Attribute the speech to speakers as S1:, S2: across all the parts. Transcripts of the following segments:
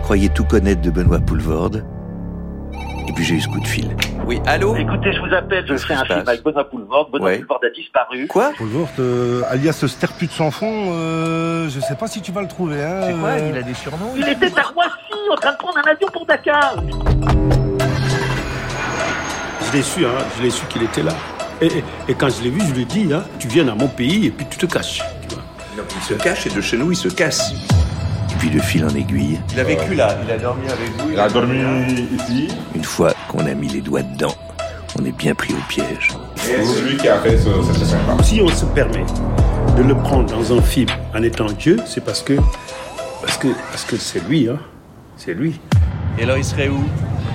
S1: croyais tout connaître de Benoît Poulvorde. Et puis j'ai eu ce coup de fil. Oui, allô
S2: Écoutez, je vous appelle, je
S1: Qu'est-ce
S2: fais
S1: qui
S2: un
S1: se
S2: film
S1: passe
S2: avec Benoît Poulvord. Benoît
S1: Ouais.
S2: Poulvord a disparu.
S1: Quoi
S3: Paul Wurt, euh, alias Sterpute sans fond, euh, je sais pas si tu vas le trouver. Hein,
S4: C'est quoi
S3: euh,
S4: Il a des surnoms
S2: Il était à Roissy, en train de prendre un avion pour Dakar.
S5: Je l'ai su, hein, je l'ai su qu'il était là. Et, et- et quand je l'ai vu, je lui ai dit, hein, tu viens dans mon pays et puis tu te caches. tu vois.
S6: Il se cache et de chez nous, il se casse.
S1: Et puis de fil en aiguille,
S6: Il a vécu là, il a dormi avec vous.
S7: Il a dormi ici.
S1: une fois qu'on a mis les doigts dedans, on est bien pris au piège.
S7: Et celui qui a fait ce, cet assassinat.
S5: Si on se permet de le prendre dans un film en étant Dieu, c'est parce que parce que parce que c'est lui, hein, c'est lui.
S6: Et alors, il serait où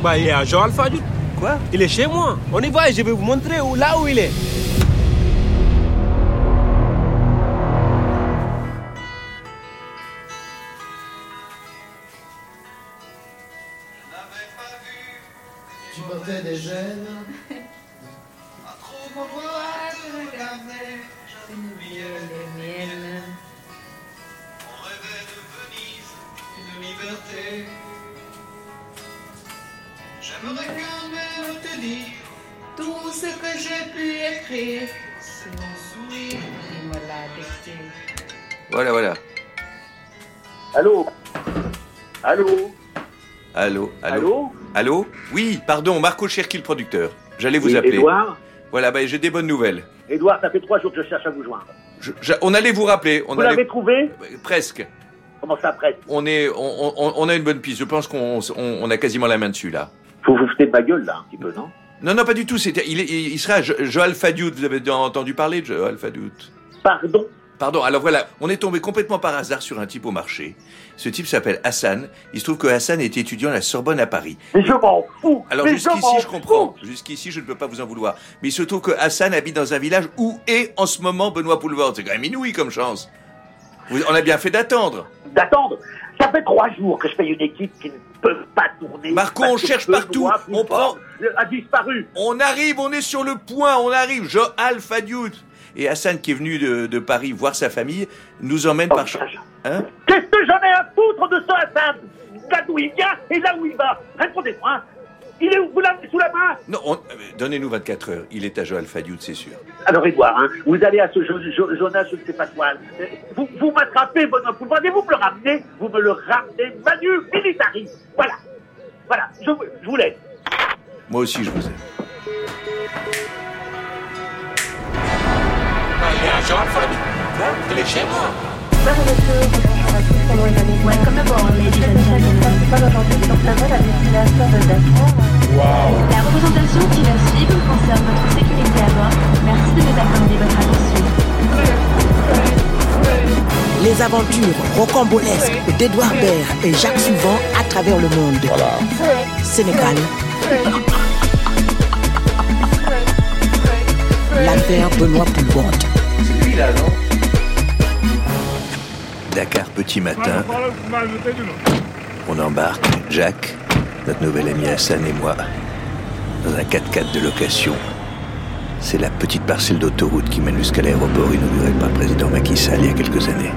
S8: Bah, il est à Jean Alpha du-
S1: Quoi
S8: Il est chez moi. On y va et je vais vous montrer où, là où il est.
S9: Tu portais des gènes.
S10: Tout ce que j'ai pu écrire, c'est mon sourire qui me l'a dicté.
S1: Voilà, voilà.
S2: Allô Allô
S1: Allô, allô
S2: Allô
S1: Allô Oui, pardon, Marco Cherki, le producteur. J'allais vous
S2: Oui,
S1: appeler.
S2: Edouard
S1: Voilà, bah, j'ai des bonnes nouvelles.
S2: Edouard, ça fait trois jours que je cherche à vous joindre.
S1: Je- j'a- on allait vous rappeler. On
S2: Vous
S1: allait...
S2: l'avez trouvé
S1: Bah, Presque.
S2: Comment ça, presse
S1: On, est, on, on- on a une bonne piste. Je pense qu'on on- on a quasiment la main dessus, là.
S2: Vous vous foutez de ma gueule, là, un petit peu, non
S1: Non, non, pas du tout. C'était, il, est- il il serait à Jo- Joël Fadiout. Vous avez déjà entendu parler de Joël Fadiout
S2: Pardon
S1: Pardon, alors voilà, on est tombé complètement par hasard sur un type au marché. Ce type s'appelle Hassan. Il se trouve que Hassan est étudiant à la Sorbonne à Paris.
S2: Mais je m'en fous
S1: Alors
S2: Mais
S1: jusqu'ici,
S2: m'en
S1: je comprends.
S2: fous
S1: Jusqu'ici, je ne peux pas vous en vouloir. Mais il se trouve que Hassan habite dans un village où est en ce moment Benoît Poulvord. C'est quand même inouï comme chance. Vous- on a bien fait d'attendre.
S2: D'attendre Ça fait trois jours que je paye une équipe qui ne peut pas tourner.
S1: Marco,
S2: parce
S1: on
S2: que
S1: cherche
S2: Benoît
S1: partout. On
S2: Poulvord
S1: prend-
S2: A disparu
S1: On arrive, on est sur le point, on arrive. Joal Fadiout. Et Hassan, qui est venu de, de Paris voir sa famille, nous emmène par...
S2: Oh,
S1: cha-
S2: putain,
S1: Hein
S2: Qu'est-ce que j'en ai à foutre de ce Hassan Là d'où il vient et là où il va Répondez-moi Il est où Vous l'avez sous la main
S1: Non, on- euh, donnez-nous 24 heures. Il est à Joal Fadiout, c'est sûr.
S2: Alors, Edouard, hein, vous allez à ce jo- jo- Jonas, je ne sais pas quoi. Euh, Vous, vous m'attrapez, bonhomme, vous et vous me le ramenez, vous me le ramenez, Manu Militari. Voilà. Voilà, je, vous- je vous laisse.
S1: Moi aussi, je vous aime.
S10: La représentation qui va suivre concerne votre sécurité à bord. Merci de nous accorder votre attention.
S9: Les aventures rocambolesques d'Edouard Baird et Jacques Souvent à travers le monde. Sénégal. L'affaire Benoît Poulvorde.
S1: Dakar, petit matin. On embarque, Jacques, notre nouvel ami Hassan et moi, dans un 4x4 de location. C'est la petite parcelle d'autoroute qui mène jusqu'à l'aéroport inauguré par le président Macky Sall il y a quelques années.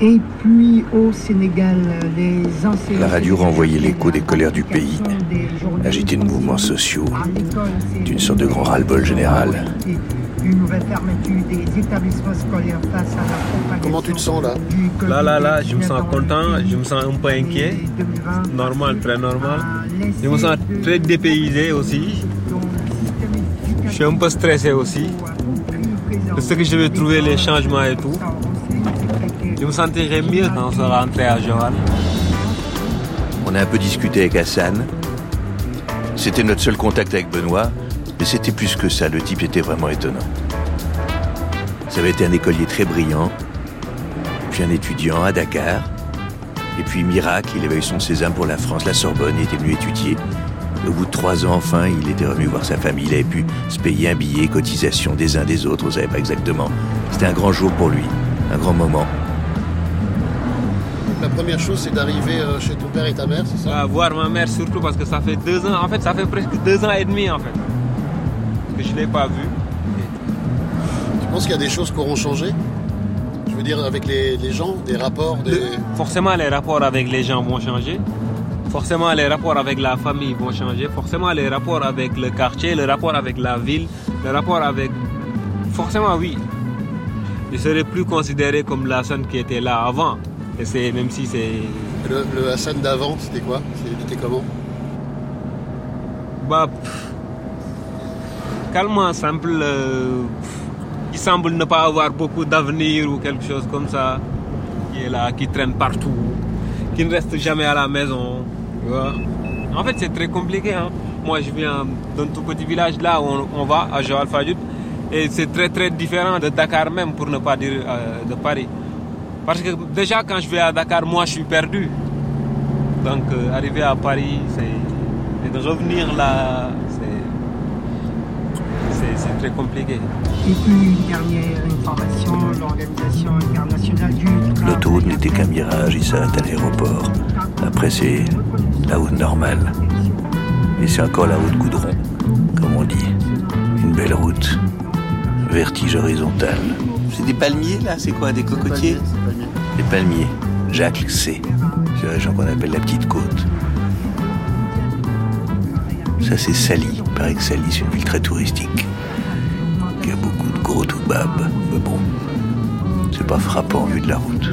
S10: Et puis au Sénégal, les anciens.
S1: La radio renvoyait l'écho des colères du pays, agité de mouvements sociaux, d'une sorte de grand ras-le-bol général.
S10: Une nouvelle fermeture des établissements scolaires face à la propagation
S9: Comment tu te sens, là
S10: du Covid-19
S8: Là, là, là, je me sens content, je me sens un peu inquiet.
S10: Et 2020
S8: Normal, très normal.
S10: a
S8: Je me
S10: laissé
S8: sens
S10: de-
S8: très dépaysé aussi.
S10: dont le système éducatif
S8: Je suis un peu stressé aussi.
S10: a compris présent.
S8: Parce que je vais trouver les changements et tout.
S10: Ça, on sait que-
S8: Je me sentirai mieux quand on sera rentré à Johan.
S1: On a un peu discuté avec Hassan. C'était notre seul contact avec Benoît, mais c'était plus que ça. Le type était vraiment étonnant. Ça avait été un écolier très brillant, puis un étudiant à Dakar, et puis miracle, il avait eu son sésame pour la France, la Sorbonne, il était venu étudier. Au bout de trois ans, enfin, il était revenu voir sa famille. Il avait pu se payer un billet, cotisation des uns des autres, on ne savait pas exactement. C'était un grand jour pour lui, un grand moment.
S9: La première chose, c'est d'arriver euh, chez ton père et ta mère, c'est ça
S8: Euh, voir ma mère surtout parce que ça fait deux ans, en fait ça fait presque deux ans et demi en fait. que je ne l'ai pas vue.
S9: Tu penses qu'il y a des choses qui auront changé Je veux veux dire avec les, les gens, des rapports, des...
S8: Forcément, les rapports avec les gens vont changer. Forcément, les rapports avec la famille vont changer. Forcément, les rapports avec le quartier, le rapport avec la ville, le rapport avec... Forcément, oui. Je serai plus considéré comme la scène qui était là avant. Et c'est, même si c'est...
S9: Le, le Hassan d'avant, c'était quoi C'est- Il était comment
S8: Bah, pff, calmement, simple. euh, pff, il semble ne pas avoir beaucoup d'avenir ou quelque chose comme ça. Qui est là, qui traîne partout, qui ne reste jamais à la maison. tu vois. En fait, c'est très compliqué. hein. Moi, je viens d'un tout petit village là où on, on va, à Joal Fadjout. Et c'est très très différent de Dakar même, pour ne pas dire euh, de Paris. Parce que déjà, quand je vais à Dakar, moi, je suis perdu. Donc, euh, arriver à Paris, c'est. Et de revenir là, c'est- c'est. c'est très compliqué.
S11: Et puis, une dernière information, l'Organisation internationale du
S6: L'autoroute n'était qu'un mirage, il s'arrête à l'aéroport. Après, c'est la route normale. Et c'est encore la route goudron, comme on dit. Une belle route. Vertige horizontal.
S1: C'est des palmiers là C'est quoi Des cocotiers
S6: Les palmiers. Jacques C. C'est la région qu'on appelle la petite côte. Ça, c'est Sali. Il paraît que Sali, c'est une ville très touristique. Il y a beaucoup de gros toubabs. Mais bon, c'est pas frappant vu de la route.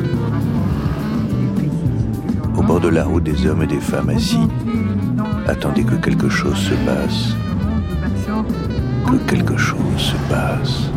S6: Au bord de la route, des hommes et des femmes assis attendaient que quelque chose se passe. Que quelque chose se passe.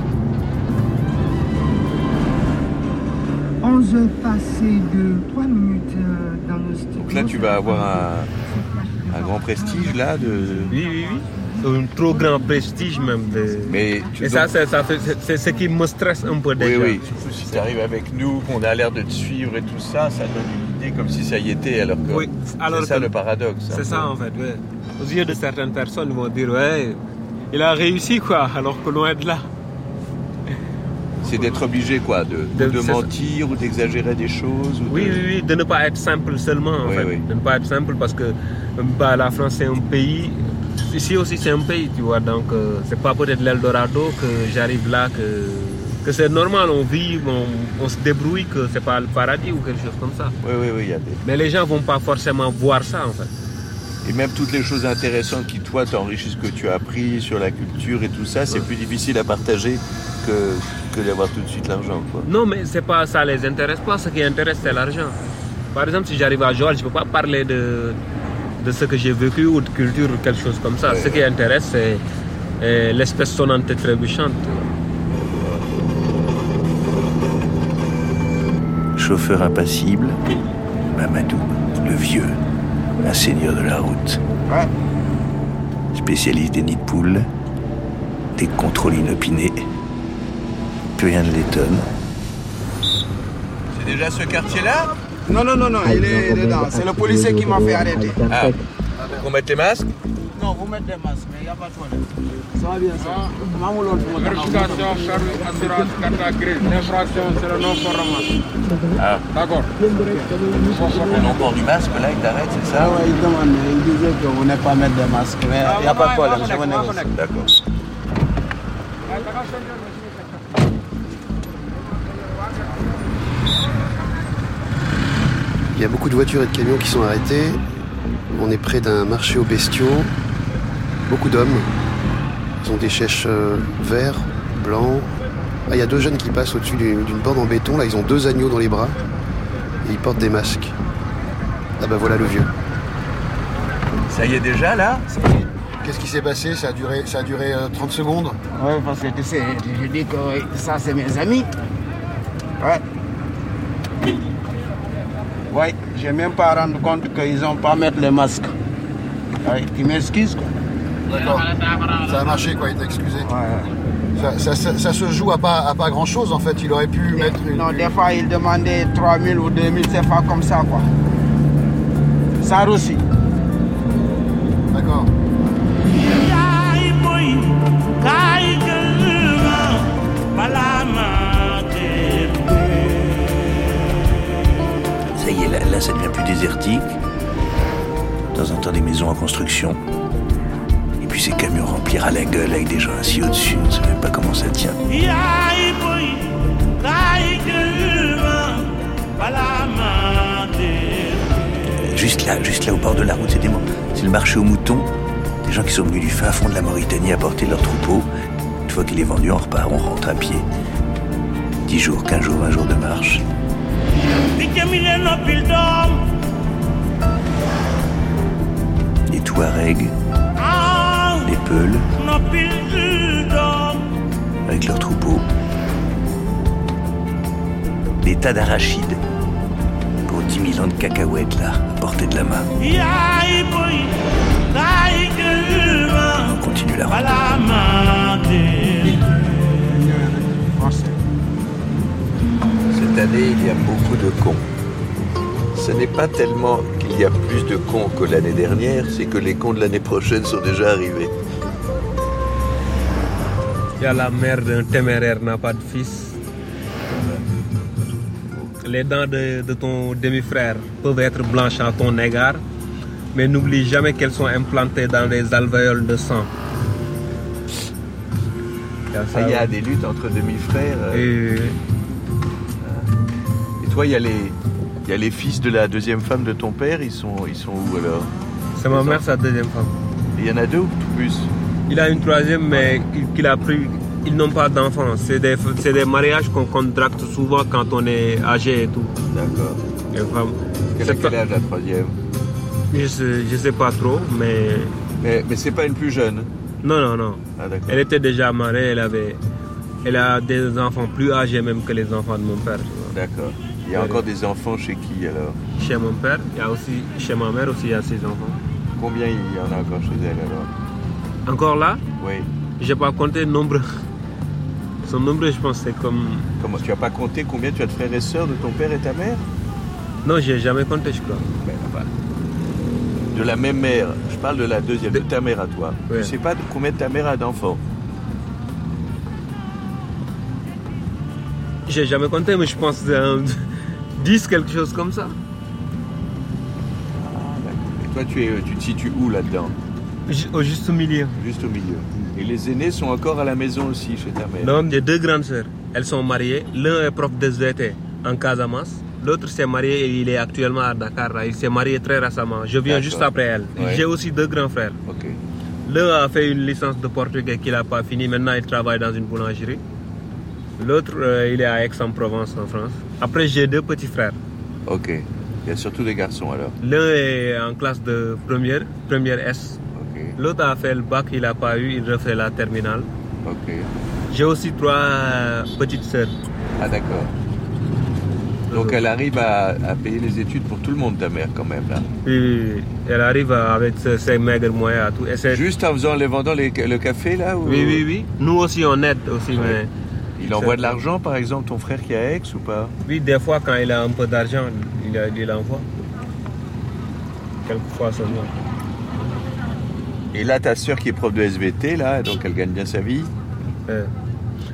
S11: 11 passé de 3 minutes euh, dans nos
S5: Donc là, tu vas avoir un, un grand prestige là de.
S8: Oui, oui, oui. Un trop grand prestige même. De...
S5: Mais tu
S8: Et
S5: dois-
S8: ça, c'est- ça fait- c'est- c'est ce qui me stresse un peu
S5: Oui,
S8: déjà.
S5: oui. Surtout si tu arrives avec nous, qu'on a l'air de te suivre et tout ça, ça donne une idée comme si ça y était, alors que
S8: Oui, alors
S5: c'est ça
S8: que-
S5: le paradoxe. un
S8: C'est
S5: peu.
S8: ça en fait, ouais. Aux yeux de certaines personnes, ils vont dire, ouais, il a réussi quoi, alors que loin de là.
S5: C'est d'être obligé quoi, de,
S8: De-
S5: de
S8: c'est ça.
S5: mentir ou d'exagérer des choses. ou de-
S8: Oui, oui, oui, de ne pas être simple seulement, en
S5: Oui,
S8: fait.
S5: oui.
S8: De ne pas être simple parce que bah, la France, c'est un pays. Ici aussi, c'est un pays, tu vois. Donc, euh, c'est pas peut-être l'Eldorado que j'arrive là, que, que c'est normal, on vit, on, on se débrouille, que c'est pas le paradis ou quelque chose comme ça.
S5: Oui, oui, oui, il y a des.
S8: Mais les gens vont pas forcément voir ça, en fait.
S5: Et même toutes les choses intéressantes qui, toi, t'enrichissent, que tu as appris sur la culture et tout ça, c'est plus difficile à partager que, que d'avoir tout de suite l'argent. Quoi.
S8: Non, mais c'est pas ça les intéresse pas. Ce qui intéresse, c'est l'argent. Par exemple, si j'arrive à Joal, je peux pas parler de, de ce que j'ai vécu ou de culture ou quelque chose comme ça. ce qui intéresse, c'est euh, l'espèce sonnante et trébuchante.
S6: Chauffeur impassible, Mamadou, le vieux, un seigneur de la route. Spécialiste des nids de poules, des contrôles inopinés. Plus rien ne l'étonne.
S5: C'est déjà ce quartier-là
S10: Non, non, non, non, il est dedans. C'est le policier qui m'a fait arrêter.
S5: Ah. Qu'on mette les masques
S10: Non, vous mettez des masques, mais il n'y a pas de problème. Ça va bien, ça Vérification, charge, assurance, carte grise. L'infraction, c'est le non-performance.
S5: Ah.
S10: D'accord.
S5: On a encore du masque là, il t'arrête, c'est ça
S10: Ah ouais, il demande, il disait qu'on n'est pas mettre des masques, mais Ah, il n'y a pas de problème, je vais négocier.
S5: D'accord.
S9: Il y a beaucoup de voitures et de camions qui sont arrêtés. On est près d'un marché aux bestiaux. Beaucoup d'hommes. Ils ont des chèches euh, verts, blancs. Ah, il y a deux jeunes qui passent au-dessus d'une d'une borne en béton. Là, ils ont deux agneaux dans les bras. Et ils portent des masques. Ah bah voilà le vieux.
S5: Ça y est déjà là
S9: Qu'est-ce qui s'est passé ça a, duré, ça a duré euh, 30 secondes
S10: Oui, parce que tu sais, je dis que ça, c'est mes amis. Ouais. Ouais, j'ai même pas rendu compte qu'ils n'ont pas mettre les masques. Ouais, tu m'excuses, quoi.
S9: D'accord. Ça a marché quoi, il t'a excusé. Ça, ça- ça- ça se joue à pas, à pas grand chose en fait, il aurait pu mettre une.
S10: Non, des fois, ils demandaient 3000 ou 2000, c'est pas comme ça, quoi. Ça aussi.
S9: D'accord.
S6: Ça y est, là, là, ça devient plus désertique. De temps en temps, des maisons en construction. Et puis ces camions remplir à la gueule avec des gens assis au-dessus. On ne sait même pas comment ça tient.
S12: Yeah, boy, like a
S6: juste là, juste là au bord de la route, c'est des mo- C'est le marché aux moutons. Des gens qui sont venus du fin fond de la Mauritanie apporter leur troupeau. Une fois qu'il est vendu, on repart, on rentre à pied. 10 jours, 15 jours, 20 jours de marche. Les Touaregs, les Peuls, avec leurs troupeaux. Des tas d'arachides pour 10 000 ans de cacahuètes, là, à portée de la main. On continue la route.
S5: Cette année, il y a beaucoup de cons. Ce n'est pas tellement qu'il y a plus de cons que l'année dernière, c'est que les cons de l'année prochaine sont déjà arrivés.
S8: Il y a la mère d'un téméraire n'a pas de fils. Les dents de, de ton demi-frère peuvent être blanches à ton égard, mais n'oublie jamais qu'elles sont implantées dans les alvéoles de sang. Il y a,
S5: Ah, il y a des luttes entre demi-frères.
S8: euh.
S5: Et toi, il y, a les, il y a les fils de la deuxième femme de ton père, ils sont, ils sont où alors
S8: C'est ma mère, sa deuxième femme.
S5: Il y en a deux ou plus
S8: Il a une troisième, mais qu'il- qu'il a pris. Ils n'ont pas d'enfants. C'est des, c'est des mariages qu'on contracte souvent quand on est âgé et tout.
S5: D'accord.
S8: Les femmes.
S5: Quel,
S8: C'est
S5: quel
S8: pas-
S5: âge la troisième
S8: Je sais, je sais pas trop, mais.
S5: Mais, mais c'est pas une plus jeune hein? Ah,
S8: Non, non, non. elle était déjà mariée, elle avait. Elle a des enfants plus âgés même que les enfants de mon père. Euh,
S5: D'accord. Il y a encore des enfants chez qui alors
S8: Chez mon père, il y a aussi. Chez ma mère aussi, il y a ses enfants.
S5: Combien il y en a encore chez elle alors
S8: Encore là
S5: Oui.
S8: J'ai pas compté le nombre. Son nombre, je pense, c'est comme.
S5: Comment Tu as pas compté combien tu as de frères et sœurs de ton père et ta mère ah
S8: Non, j'ai jamais compté, je crois.
S5: bah. De la même mère. Je parle de la deuxième, de ta mère à toi.
S8: Ouais.
S5: Je sais pas de combien ta mère a d'enfants.
S8: J'ai jamais compté, mais je pense euh, 10, quelque chose comme ça.
S5: Et toi, tu, es, tu te situes où là-dedans
S8: Juste au milieu.
S5: Juste au milieu. Et les aînés sont encore à la maison aussi chez ta mère
S8: Non, j'ai deux grandes sœurs. Elles sont mariées. L'un est prof de SVT en Casamance. L'autre s'est marié et il est actuellement à Dakar. là. Il s'est marié très récemment. Je viens
S5: D'accord.
S8: juste après elle.
S5: Ouais.
S8: J'ai aussi deux grands frères.
S5: Ok.
S8: L'un a fait une licence de portugais qu'il n'a pas fini. Maintenant, il travaille dans une boulangerie. L'autre, euh, il est à Aix-en-Provence, en France. Après, j'ai deux petits frères.
S5: Ok. Il y a surtout des garçons alors.
S8: L'un est en classe de première, première S. L'autre a fait le bac, il n'a pas eu, il refait la terminale. J'ai aussi trois euh, petites sœurs.
S5: Ah d'accord. Donc elle arrive à, à payer les études pour tout le monde, ta mère quand même là.
S8: Oui, oui, oui. elle arrive à- avec ses, ses maigres moyens à tout. Et c'est-
S5: Juste en faisant les vendant les- le café là ou-
S8: Oui, oui, oui. Nous aussi, on aide aussi.
S5: Ouais.
S8: Mais...
S5: Il envoie de l'argent par exemple ton frère qui est à Aix ou pas
S8: Oui, des fois, quand il a un peu d'argent, il, il envoie. Quelquefois seulement.
S5: Et là ta sœur qui est prof de SVT là, donc elle gagne bien sa vie.
S8: Euh,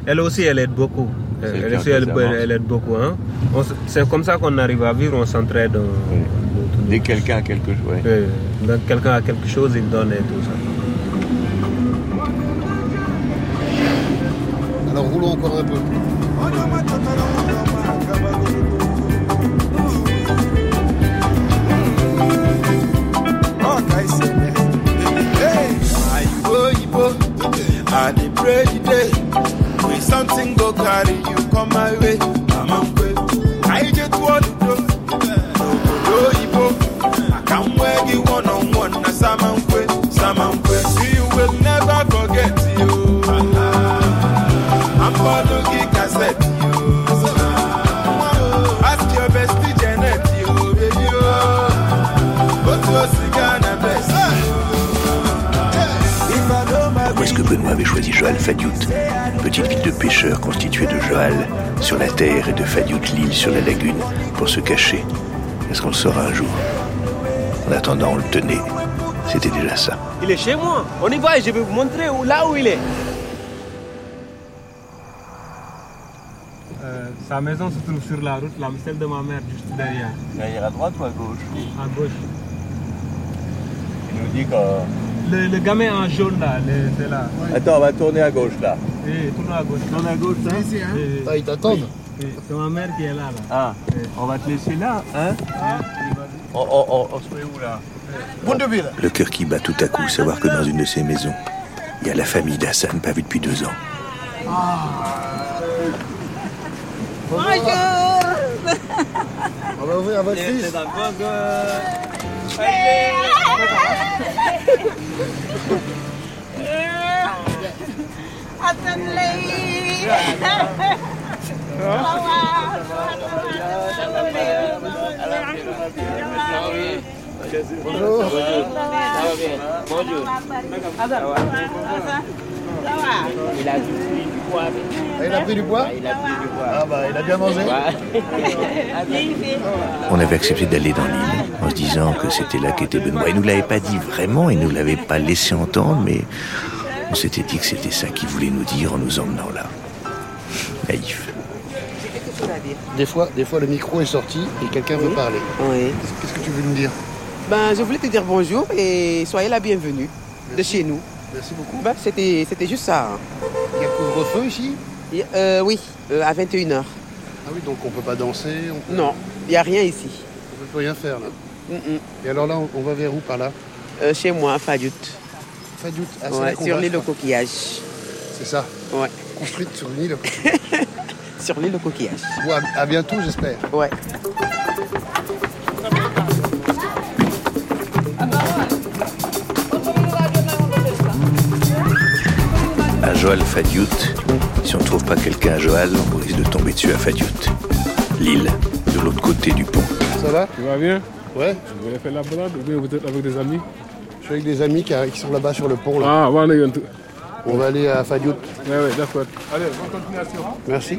S8: Elle aussi, elle aide beaucoup. Euh,
S5: Celle qui
S8: Elle
S5: est
S8: aussi, elle,
S5: en Casamance.
S8: elle aide beaucoup. hein. On s- C'est comme ça qu'on arrive à vivre, on s'entraide. on-
S5: Dès que quelqu'un a quelque chose. ouais.
S8: Euh, donc, quelqu'un a quelque chose, il donne et tout ça.
S9: Alors roulons encore un peu.
S12: Oh, I dey pray today. When something go carry you come my way, I'm on way. I just want to go. No Ibo, I can wear you one on one. Na Samankwe, Samankwe. See you will never forget you. I'm for no geek cassette you. Ask your bestie Janet you, baby. oh. Go to a cigar and bless you. If I know my
S6: Pourquoi est-ce que Benoît avait choisi Joal Fadiout Petite ville de pêcheurs constituée de Joal sur la terre et de Fadiout l'île sur la lagune pour se cacher. Est-ce qu'on le saura un jour En attendant, on le tenait. C'était déjà ça.
S8: Il est chez moi. On y va et je vais vous montrer où- là où il est. Euh, sa maison se trouve sur la route, la celle de ma mère, juste derrière.
S5: Derrière à droite ou à gauche
S8: À gauche.
S5: Il nous dit quand.
S8: Le, le gamin en jaune là, le- c'est là.
S5: Attends, on va tourner à gauche là.
S8: Oui, tourne à gauche. Tourne à gauche, hein
S9: Ah, ils t'attendent.
S13: C'est ma mère qui est là. là.
S1: Ah, on va te laisser là, hein
S9: Oh,
S1: on, on- on- on se met où là Bondeville
S6: Le cœur qui bat tout à coup, savoir que dans une de ces maisons, il y a la famille d'Hassan, pas vue depuis deux ans.
S9: Ah. On va ouvrir à votre fils.
S5: Bonjour.
S10: Il a pris du poids.
S9: Ah, Il a pris du poids
S10: Il a pris du poids.
S9: Ah bah, il a bien mangé.
S6: On avait accepté d'aller dans l'île en se disant que c'était là qu'était Benoît. Il nous l'avait pas dit vraiment, il nous l'avait pas laissé entendre, mais on s'était dit que c'était ça qu'il voulait nous dire en nous emmenant là. Naïf.
S9: Des fois, des fois, le micro est sorti et quelqu'un veut parler.
S10: Oui.
S9: Qu'est-ce que tu veux nous dire
S10: Ben, je voulais te dire bonjour et soyez la bienvenue de chez nous.
S9: Merci beaucoup.
S10: Ben, c'était, c'était juste ça. hein.
S9: Il y a couvre-feu ici
S10: Et, euh, Oui, euh, à 21h.
S9: Ah oui, donc on peut pas danser, on peut...
S10: Non, il n'y a rien ici.
S9: on peut plus rien faire là. Et alors là, on, on va vers où par là
S10: Euh, chez moi, à Fadut.
S9: Fadout, ah, c'est
S10: Ouais,
S9: là qu'on
S10: sur
S9: va, je
S10: l'île au
S9: crois.
S10: coquillage.
S9: C'est ça
S10: Ouais.
S9: Construite sur une île.
S10: sur l'île au coquillage.
S9: Bon, à- à bientôt, j'espère.
S10: Ouais.
S6: À Joal Fadiout, si on ne trouve pas quelqu'un à Joal, on risque de tomber dessus à Fadiout. L'île, de l'autre côté du pont.
S9: Ça va
S14: Tu vas bien
S9: Ouais.
S14: Vous voulez faire la balade ou bien vous êtes avec des amis
S9: Je suis avec des amis qui, qui sont là-bas sur le pont. Là.
S14: Ah, voilà, il y a un truc.
S9: On va aller à Fadout.
S14: Ouais, ouais, d'accord.
S9: Allez, bonne continuation. Merci.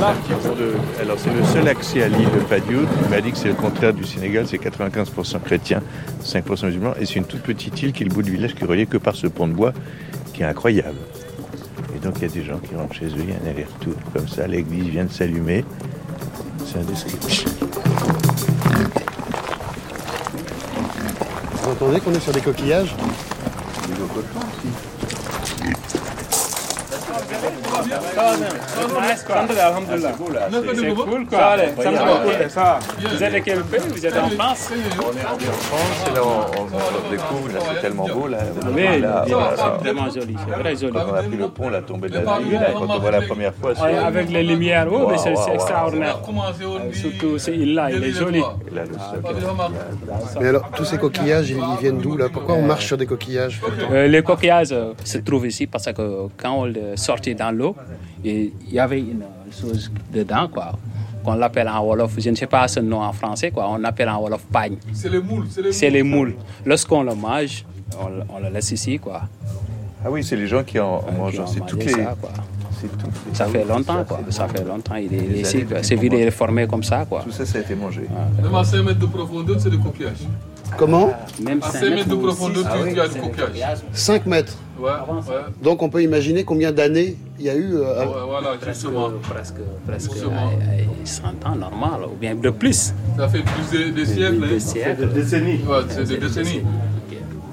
S1: Là, qui font de- Alors, c'est le seul accès à l'île de Fadiout. Il m'a dit que c'est le contraire du Sénégal, c'est 95% chrétien, 5% musulman. Et c'est une toute petite île qui est le bout du village qui est reliée que par ce pont de bois qui est incroyable. Et donc, il y a des gens qui rentrent chez eux, il y a un aller-retour comme ça, l'église vient de s'allumer. C'est indescriptible.
S9: Vous entendez qu'on est sur des coquillages
S5: C'est cool quoi. Ça, allez, ça me va, cool, ça. Vous êtes de quel pays Vous êtes en France
S1: Et là, on, on- on découvre, là, c'est tellement beau. Là,
S5: Oui,
S1: Là,
S5: c'est
S1: voilà,
S5: vraiment joli. C'est vrai joli.
S1: Quand on a pris le pont, la tombée de la nuit, là, quand on voit la première fois, c'est-
S5: Ouais, avec les lumières, oh, mais c'est
S1: Waouh,
S5: c'est
S1: waouh,
S5: extraordinaire. Euh, Surtout, c'est là, il est joli.
S1: waouh. Et là, le sol.
S9: Mais alors, tous ces coquillages, ils, ils viennent d'où là Pourquoi on marche sur des coquillages
S8: Euh, les coquillages euh, se trouvent ici parce que quand on le sortait dans l'eau, et il y avait une euh, chose dedans, quoi, qu'on l'appelle en Wolof, je ne sais pas ce nom en français, quoi, on appelle en Wolof pagne.
S5: C'est les moules.
S8: C'est les moules. Lorsqu'on le mange, on, le- on le laisse ici, quoi.
S1: Ah oui, c'est les gens qui en
S8: Euh,
S1: mangent.
S8: qui ont
S1: C'est
S8: mangé
S1: toutes les.
S8: ça, quoi. Ça fait longtemps, quoi. Ça fait longtemps. Il est- il est
S1: Les
S8: ici,
S1: années
S8: quoi. C'est ville est formé comme ça, quoi. Ah.
S1: Tout ça, ça a été mangé.
S5: Même à 5 mètres de profondeur, c'est des coquillages.
S9: Comment
S8: Même
S5: À 5 mètres de profondeur,
S9: Ah oui.
S5: tu, tu as des coquillages.
S9: 5 mètres.
S5: Ouais, ouais.
S9: Donc on peut imaginer combien d'années il y a eu. euh,
S5: Ouais, voilà, justement.
S8: Presque, presque euh, 100 ans normal, ou bien de plus.
S5: Ça fait plus de, de siècles.
S8: des
S5: hein.
S8: siècles.
S5: Ouais, c'est des décennies.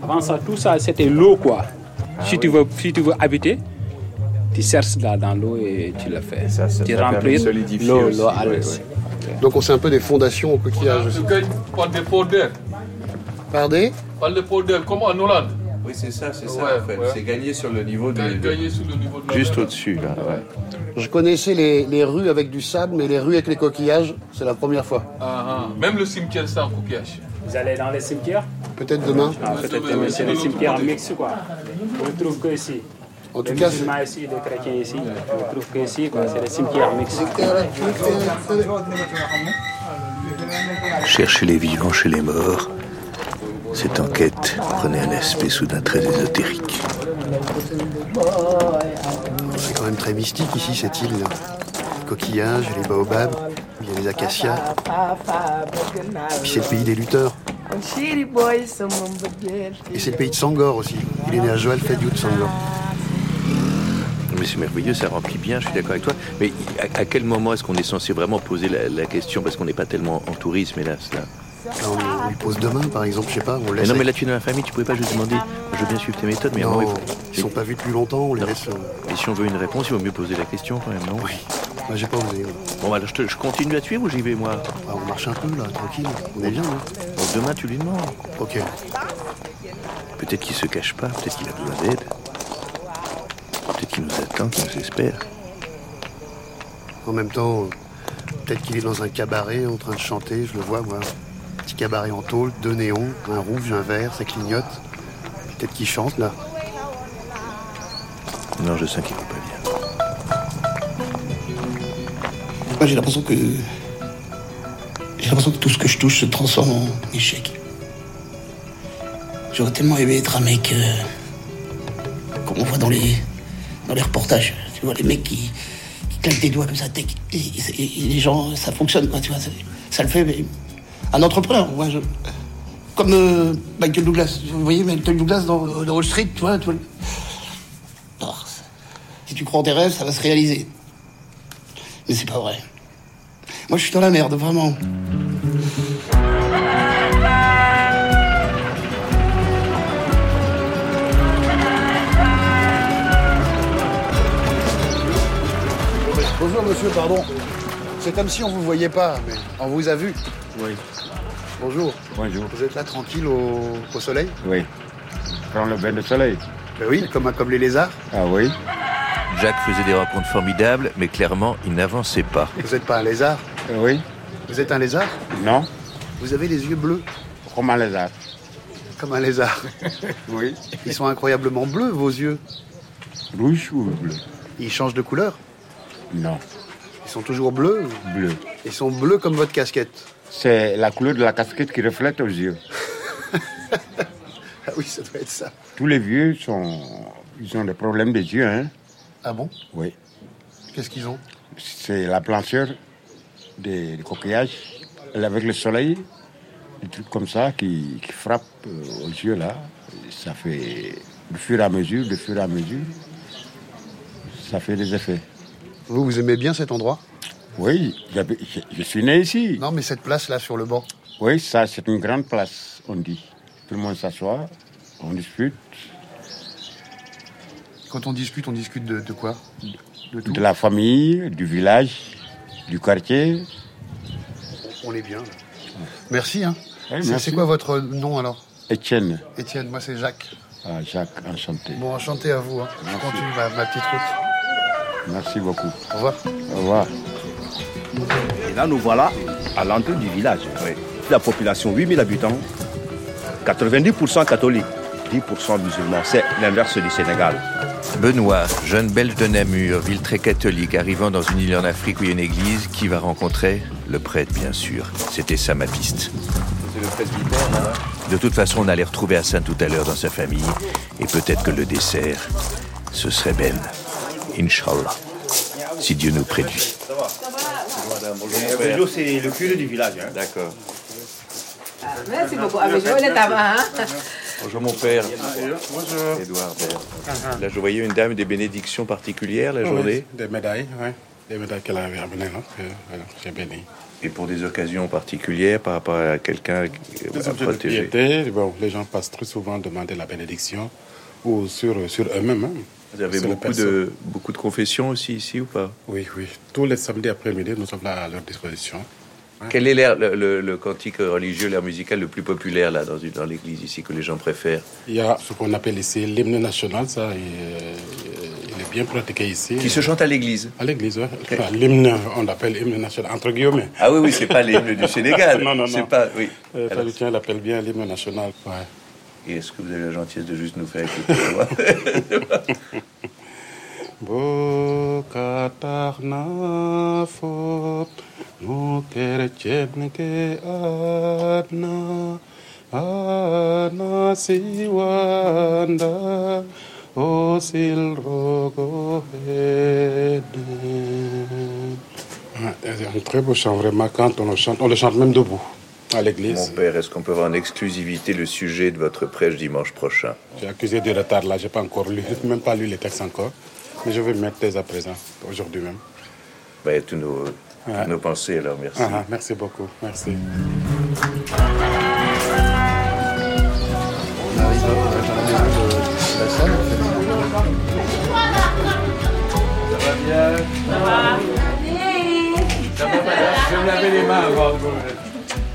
S8: Avant ça, tout ça, c'était l'eau, quoi.
S5: Ah
S8: si, tu veux, si tu veux habiter, tu cherches là dans l'eau et tu le fais. tu
S1: ça permet de
S8: remplis
S1: solidifier
S8: l'eau,
S1: aussi,
S8: l'eau à
S1: ouais,
S8: l'os.
S9: Donc on sait un peu des fondations aux coquillages.
S5: Tu gagnes par des pots d'air.
S9: Pardon
S5: Par les pots d'air, comme en Hollande.
S1: Oui, c'est ça, c'est
S5: ça, en fait.
S1: C'est gagné sur le niveau
S5: de. Gagné sur le niveau de la
S1: Juste
S5: mer.
S1: au-dessus, là. ouais.
S9: Je connaissais les, les rues avec du sable, mais les rues avec les coquillages, c'est la première fois.
S5: Ah, ah. Même le cimetière, c'est en coquillage.
S8: Vous allez dans les cimetières
S9: Peut-être demain.
S8: Ah, peut-être demain, c'est les cimetières en mix, quoi. On ne trouve que ici.
S9: En tout
S8: les
S9: cas,
S8: musulmans ici, les chrétiens ici, on ne trouve que ici, quoi. C'est les cimetières mixtes.
S6: Chercher les vivants chez les morts, cette enquête prenait un aspect soudain très ésotérique.
S9: C'est quand même très mystique ici, cette île. là. Les coquillages, les baobabs, il y a les acacias. Puis c'est le pays des lutteurs. Et c'est le pays de Sangor aussi. Il est né à Joal Fadiout Sangor.
S6: Mais
S1: c'est merveilleux, ça remplit bien, je suis d'accord avec toi. Mais à, à quel moment est-ce qu'on est censé vraiment poser la, la question Parce qu'on n'est pas tellement en tourisme, hélas, là.
S6: on, on le pose demain, par exemple, je sais pas, on
S1: Mais
S6: laisse.
S1: non, mais là, tu es dans la famille, tu pouvais pas juste demander. Je veux bien suivre tes méthodes, mais à un
S6: Non,
S1: moment, il faut-
S6: ils sont pas vus depuis longtemps, on les
S1: Non.
S6: laisse. euh,
S1: Et si on veut une réponse, il vaut mieux poser la question quand même, non Oui.
S6: Bah, j'ai pas osé.
S1: Bon, bah, alors, je, te- je continue à tuer ou j'y vais, moi
S6: On marche un peu, là, tranquille. On est bien, hein. là.
S1: demain, tu lui demandes.
S6: Ok.
S1: Peut-être qu'il se cache pas, peut-être qu'il a besoin d'aide. Peut-être qu'il nous attend, qu'il nous espère.
S6: En même temps, euh, peut-être qu'il est dans un cabaret en train de chanter, je le vois, moi. Petit cabaret en tôle, deux néons, un rouge, un vert, ça clignote. Peut-être qu'il chante, là.
S1: Non, je sens qu'il va pas bien.
S10: Moi, j'ai l'impression que. J'ai l'impression que tout ce que je touche se transforme en échec. J'aurais tellement aimé être un mec. euh, comme on voit dans les, dans les reportages. Tu vois, les mecs qui, qui claquent des doigts comme ça, tic, et, et- et les gens, ça fonctionne, quoi, tu vois. Ça, ça le fait, mais. Un entrepreneur, moi, je- Comme euh, Michael Douglas. Vous voyez, Michael Douglas dans, dans Wall Street, tu vois. tu vois le- Oh, c'est- si tu crois en tes rêves, ça va se réaliser. Mais c'est pas vrai. Moi, je suis dans la merde, vraiment.
S9: Bonjour monsieur, pardon. C'est comme si on vous voyait pas, mais on vous a vu.
S15: Oui.
S9: Bonjour.
S15: Bonjour.
S9: Vous êtes là tranquille au, au soleil
S15: Oui. Prendre le bain de soleil.
S9: Ben oui, comme, comme les lézards.
S15: Ah oui.
S1: Jacques faisait des rencontres formidables, mais clairement, il n'avançait pas.
S9: Vous n'êtes pas un lézard
S15: Euh, Oui.
S9: Vous êtes un lézard
S15: Non.
S9: Vous avez les yeux bleus.
S15: Comme un lézard.
S9: Comme un lézard.
S15: Oui.
S9: Ils sont incroyablement bleus, vos yeux.
S15: Rouge ou bleu
S9: Ils changent de couleur
S15: Non.
S9: Ils sont toujours bleus
S15: Bleu.
S9: Ils sont bleus comme votre casquette.
S15: C'est la couleur de la casquette qui reflète aux yeux.
S9: Ah oui, ça doit être ça.
S15: Tous les vieux sont, ils ont des problèmes des yeux, hein.
S9: Ah bon
S15: Oui.
S9: Qu'est-ce qu'ils ont
S15: C'est la blancheur des, des coquillages avec le soleil, des trucs comme ça qui, qui frappent euh, aux yeux là. Et Ça fait de fur et à mesure, de fur et à mesure, ça fait des effets.
S9: Vous, vous aimez bien cet endroit
S15: Oui, j'habite- je, je suis né ici.
S9: Non, mais cette place là sur le banc.
S15: Oui, ça c'est une grande place, on dit. Tout le monde s'assoit, on discute
S9: Quand on discute, on discute de, de quoi De tout.
S15: de la famille, du village, du quartier.
S9: On est bien. là. Merci. Hein.
S15: Oui,
S9: C'est-
S15: Eh, merci.
S9: C'est quoi votre nom alors
S15: Étienne,
S9: Étienne, moi c'est Jacques.
S15: ah, Jacques, enchanté.
S9: Bon, enchanté à vous. hein. Je
S15: Merci.
S9: continue ma, ma petite route.
S15: Merci beaucoup.
S9: Au revoir.
S15: Au revoir.
S5: Et là, nous voilà à l'entrée du village. La population, 8000 habitants, 90% catholiques, 10% musulmans. C'est l'inverse du Sénégal.
S1: Benoît, jeune belge de Namur, ville très catholique, arrivant dans une île en Afrique où il y a une église, qui va rencontrer le prêtre, bien sûr. C'était ça ma piste.
S16: C'est le presbytère, là.
S5: hein
S1: De toute façon, on allait retrouver Hassan tout à l'heure dans sa famille, et peut-être que le dessert, ce serait Ben. Inch'Allah. Si Dieu nous prédit.
S5: Ça va
S16: Bonjour,
S5: Et
S16: père.
S5: Abedjo, c'est le curé du village. D'accord.
S8: Merci beaucoup. Ah, mais je voulais t'avoir. hein.
S1: Bonjour mon père.
S16: Bonjour.
S1: Édouard Baird. Là, je voyais une dame des bénédictions particulières la
S17: Ah, Oui,
S1: journée.
S17: Des médailles, oui. Des médailles qu'elle avait amenées, là. que, voilà, J'ai béni.
S1: Et pour des occasions particulières par rapport à quelqu'un euh,
S17: Des
S1: à
S17: objets de
S1: protéger.
S17: piété, bon, les gens passent très souvent demander la bénédiction ou sur, sur eux-mêmes. hein,
S1: Vous avez
S17: sur les
S1: beaucoup
S17: personnes.
S1: de, beaucoup de confessions aussi ici ou pas
S17: Oui, oui. Tous les samedis après-midi, nous sommes là à leur disposition.
S1: Quel est l'air, le, le- le cantique religieux, l'air musical le plus populaire là dans, une- dans l'église ici que les gens préfèrent
S17: Il y a ce qu'on appelle ici l'hymne national, ça, il, est- il est bien pratiqué ici.
S1: Qui se chante à l'église
S17: À l'église, oui. Enfin, L'hymne, on l'appelle hymne national, entre guillemets.
S1: Ah oui, oui, c'est pas l'hymne du Sénégal.
S17: non, non, non.
S1: C'est pas- oui.
S17: Les
S1: Alors-
S17: Palestiniens l'appellent bien l'hymne national, ouais.
S1: Et est-ce que vous avez la gentillesse de juste nous faire écouter moi
S17: Bokatar nafot no kerchen ke adna ana siwanda o silrogo C'est un très beau chant, vraiment, quand on le chante, on le chante même debout, à
S1: Mon
S17: l'église.
S1: père, est-ce qu'on peut avoir en exclusivité le sujet de votre prêche dimanche prochain
S17: J'ai accusé de retard là, j'ai pas encore lu, même pas lu les textes encore. Mais je vais mettre dès à présent, aujourd'hui même.
S6: Bah, tous nos,
S17: Ouais.
S6: nos pensées, alors merci.
S17: Ah, ah, merci beaucoup. Merci.
S18: On arrive à la maison de la salle, en fait.
S8: Ça va bien Ça va Ça va, madame Je vais me laver les mains avant de vous.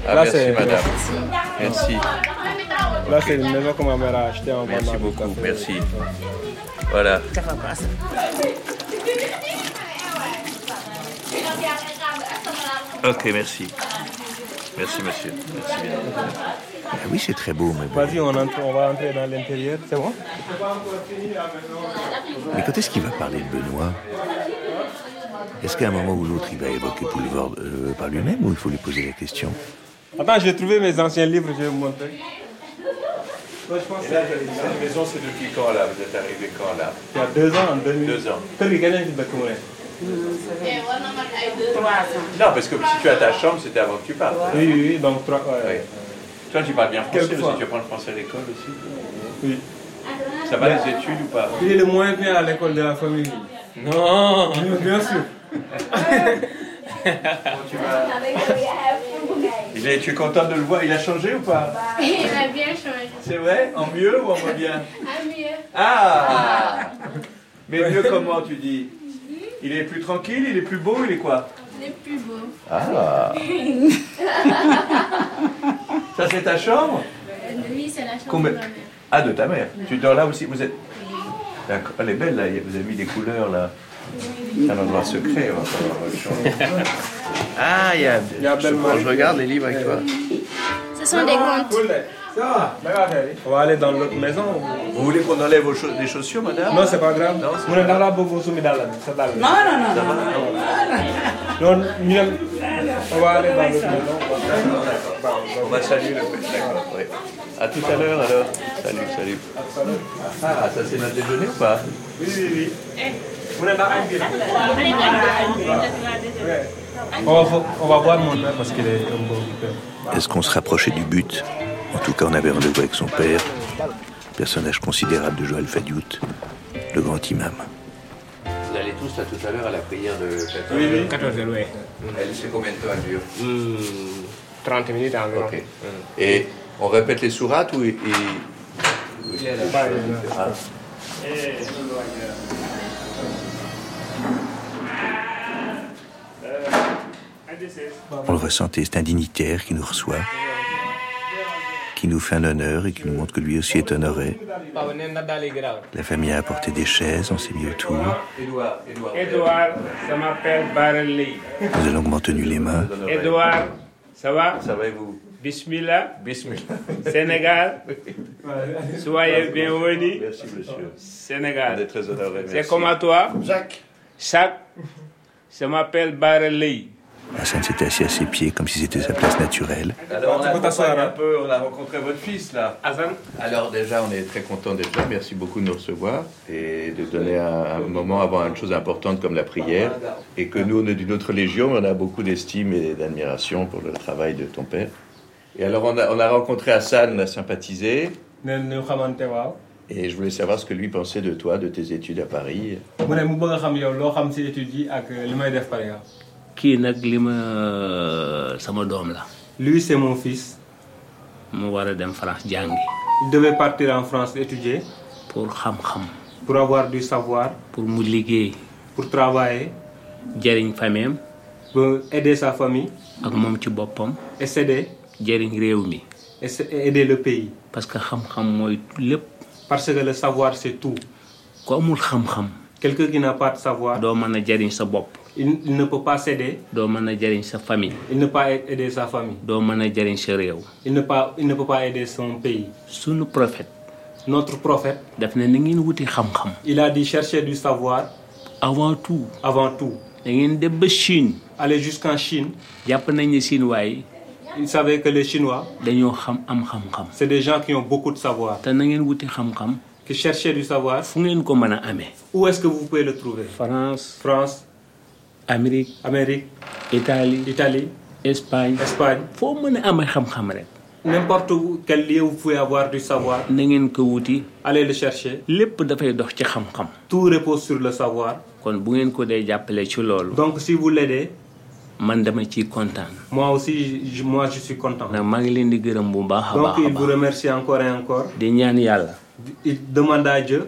S5: Ah,
S8: Là,
S5: merci,
S8: c'est-
S5: madame. Merci.
S8: Là, c'est une maison que ma mère a achetée en
S5: Merci
S8: Vendée.
S5: beaucoup. Merci. Voilà. Ok, merci. Merci, monsieur. Merci bien.
S6: Ah oui, c'est très beau, mais,
S8: Vas-y, on, entre- on va entrer dans l'intérieur, c'est bon
S6: mais quand est-ce qu'il va parler de Benoît Est-ce qu'à un moment ou l'autre, il va évoquer Poulvord euh, par lui-même ou il faut lui poser la question
S8: Attends, j'ai trouvé mes anciens livres, je vais vous montrer.
S5: Et là, cette maison, c'est depuis quand là Vous êtes arrivé quand là
S8: Il y a deux ans, en 2000.
S5: Deux ans.
S8: T'as vu quel âge tu vas courir
S5: Non, parce que si tu as ta chambre, c'était avant que tu partes.
S8: Oui, oui, oui, donc trois. ouais.
S5: Toi, tu parles bien français
S8: Quelquefois.
S5: aussi. Tu apprends le français à l'école aussi
S8: Oui.
S5: Ça va
S8: Mais-
S5: les études ou pas
S8: Il est le moins bien à l'école de la famille. Non Bien sûr.
S5: Il est, tu es content de le voir Il a changé ou pas
S10: Il a bien changé.
S5: C'est vrai En mieux ou en moins bien
S10: Ah mieux.
S5: Ah Mais mieux comment tu dis Il est plus tranquille, il est plus beau, il est quoi
S10: Il est plus beau.
S5: Ah Ça c'est ta chambre
S10: Lui, c'est la chambre
S5: Combien-
S10: de ma mère.
S5: Ah de ta mère. Tu dors là aussi Vous êtes. D'accord. Elle est belle là, vous avez mis des couleurs là. C'est un endroit secret, on va pas le changer. Ah, il y a.
S8: je regarde
S5: les livres avec toi.
S10: Ce sont des contes.
S8: Ça va, on va aller dans l'autre maison.
S5: Vous voulez qu'on enlève vos chaussures, des chaussures, madame
S8: Non, c'est pas grave. Vous n'êtes pas là pour vous soumettre à la c'est pas grave. Non, Mylène, on va aller dans l'autre maison.
S5: On va saluer le père. D'accord, oui. À tout à l'heure alors. Salut, salut. Ah, ça c'est notre déjeuner ou pas Oui, oui, oui.
S8: Vous n'êtes pas là on va, on va voir mon père parce qu'il est un peu occupé.
S6: Est-ce qu'on se rapprochait du but En tout cas, on avait rendez-vous avec son père, personnage considérable de Joël Fadiout, le grand imam.
S5: Vous allez tous là tout à l'heure à la prière de 14
S8: Oui, oui. 14 heures, oui.
S5: Elle c'est combien de temps elle dure
S8: 30 minutes environ.
S5: Hmm. Ok. Et on répète les sourates ou. et- Ah.
S6: On le ressentait, c'est un dignitaire qui nous reçoit, qui nous fait un honneur et qui nous montre que lui aussi est honoré. La famille a apporté des chaises, on s'est mis autour.
S5: Edouard, Edouard.
S8: Edouard, ça m'appelle Barley.
S6: Nous a longuement tenu les mains.
S8: Edouard, ça va
S5: Ça va et vous
S8: Bismillah.
S5: Bismillah.
S8: Sénégal. Soyez bienvenus.
S5: Merci, monsieur.
S8: Sénégal.
S5: Vous êtes très honoré.
S8: C'est
S5: merci.
S8: comme à toi Jacques. Jacques, je m'appelle Barley.
S6: Hassan s'était assis à ses pieds comme si c'était sa place naturelle.
S5: Alors, on accompagne un peu, on a rencontré votre fils là. Alors déjà, on est très content d'être là. Merci beaucoup de nous recevoir et de donner un, un moment avant une chose importante comme la prière. Et que nous, on est d'une autre légion, mais on a beaucoup d'estime et d'admiration pour le travail de ton père. Et alors, on a, on a rencontré Hassan, on a sympathisé.
S8: ñu xamante waaw
S5: Et je voulais savoir ce que lui pensait de toi, de tes études à Paris.
S8: mu ne mu bëgg a xam yow loo xam si études yi ak li may def par exemple
S19: kii nag li ma sama doom la.
S8: lui c'est mon fils
S19: mu war a dem France jàngi.
S8: il devait partir en France étudier
S19: pour xam-xam.
S8: pour avoir du savoir
S19: pour mu liggéey.
S8: pour travailler
S19: jëriñ fameem.
S8: ba aider sa famille
S19: ak moom ci boppam.
S8: et s'aider
S19: jëriñ réew mi.
S8: et s- et aider le pays
S19: parce que xam-xam mooy lépp.
S8: parce que le savoir c'est tout
S19: ku amul xam-xam.
S8: quelqu'un qui n'a pas de savoir
S19: doo mën a jëriñ sa bopp.
S8: il, il ne peut pas s'aider
S19: doo mën a jëriñ sa famille.
S8: il ne peut pas aider sa famille
S19: doo mën a jëriñ sa réew.
S8: il ne, pas, il ne peut pas aider son pays
S19: sunu prophète.
S8: notre prophète
S19: daf ne na ngeen wuti xam-xam.
S8: il a dit chercher du savoir
S19: avant tout.
S8: avant tout
S19: da ngeen dem ba Chine.
S8: aller jusqu'en Chine
S19: jàpp nañ ne Chinois yi
S8: il savait que les Chinois
S19: dañoo xam am xam-xam.
S8: c'est des gens qui ont beaucoup de savoir
S19: te na ngeen wuti xam-xam.
S8: qui cherchaient du savoir
S19: fu ngeen ko mën a amee.
S8: Où est-ce que vous pouvez le trouver
S19: France,
S8: France,
S19: Amérique,
S8: Amérique,
S19: Italie,
S8: Italie,
S19: Espagne.
S8: Espagne.
S19: foo mën a amee xam-xam rek
S8: n'importe quel lieu vous pouvez avoir du savoir.
S11: na ngeen ko wuti.
S8: allez le chercher.
S11: lépp dafay dox ci xam-xam.
S8: tout repose sur le savoir.
S11: kon bu ngeen ko dee jàppale ci loolu.
S8: donc si vous l'aidez.
S11: man dama ciy kontaan.
S8: moi aussi je, moi je suis content.
S11: ndax maa ngi leen di gërëm bu baax a
S8: donc
S11: baax a
S8: il vous
S11: baax.
S8: remercie encore et encore.
S11: di ñaan yàlla.
S8: il demande à Dieu.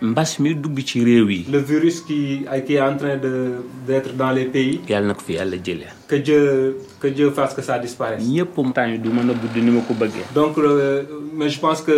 S11: mbas mi dugg ci réew yi.
S8: le virus qui, qui est en train de- d'être dans les pays,
S11: yàlla na ko fi yàlla jëlee.
S8: que Dieu, que Dieu fasse que ça disparaisse.
S11: ñëpp temps yi du mën a gudd ni ma ko bëggee.
S8: Donc, le- mais je pense que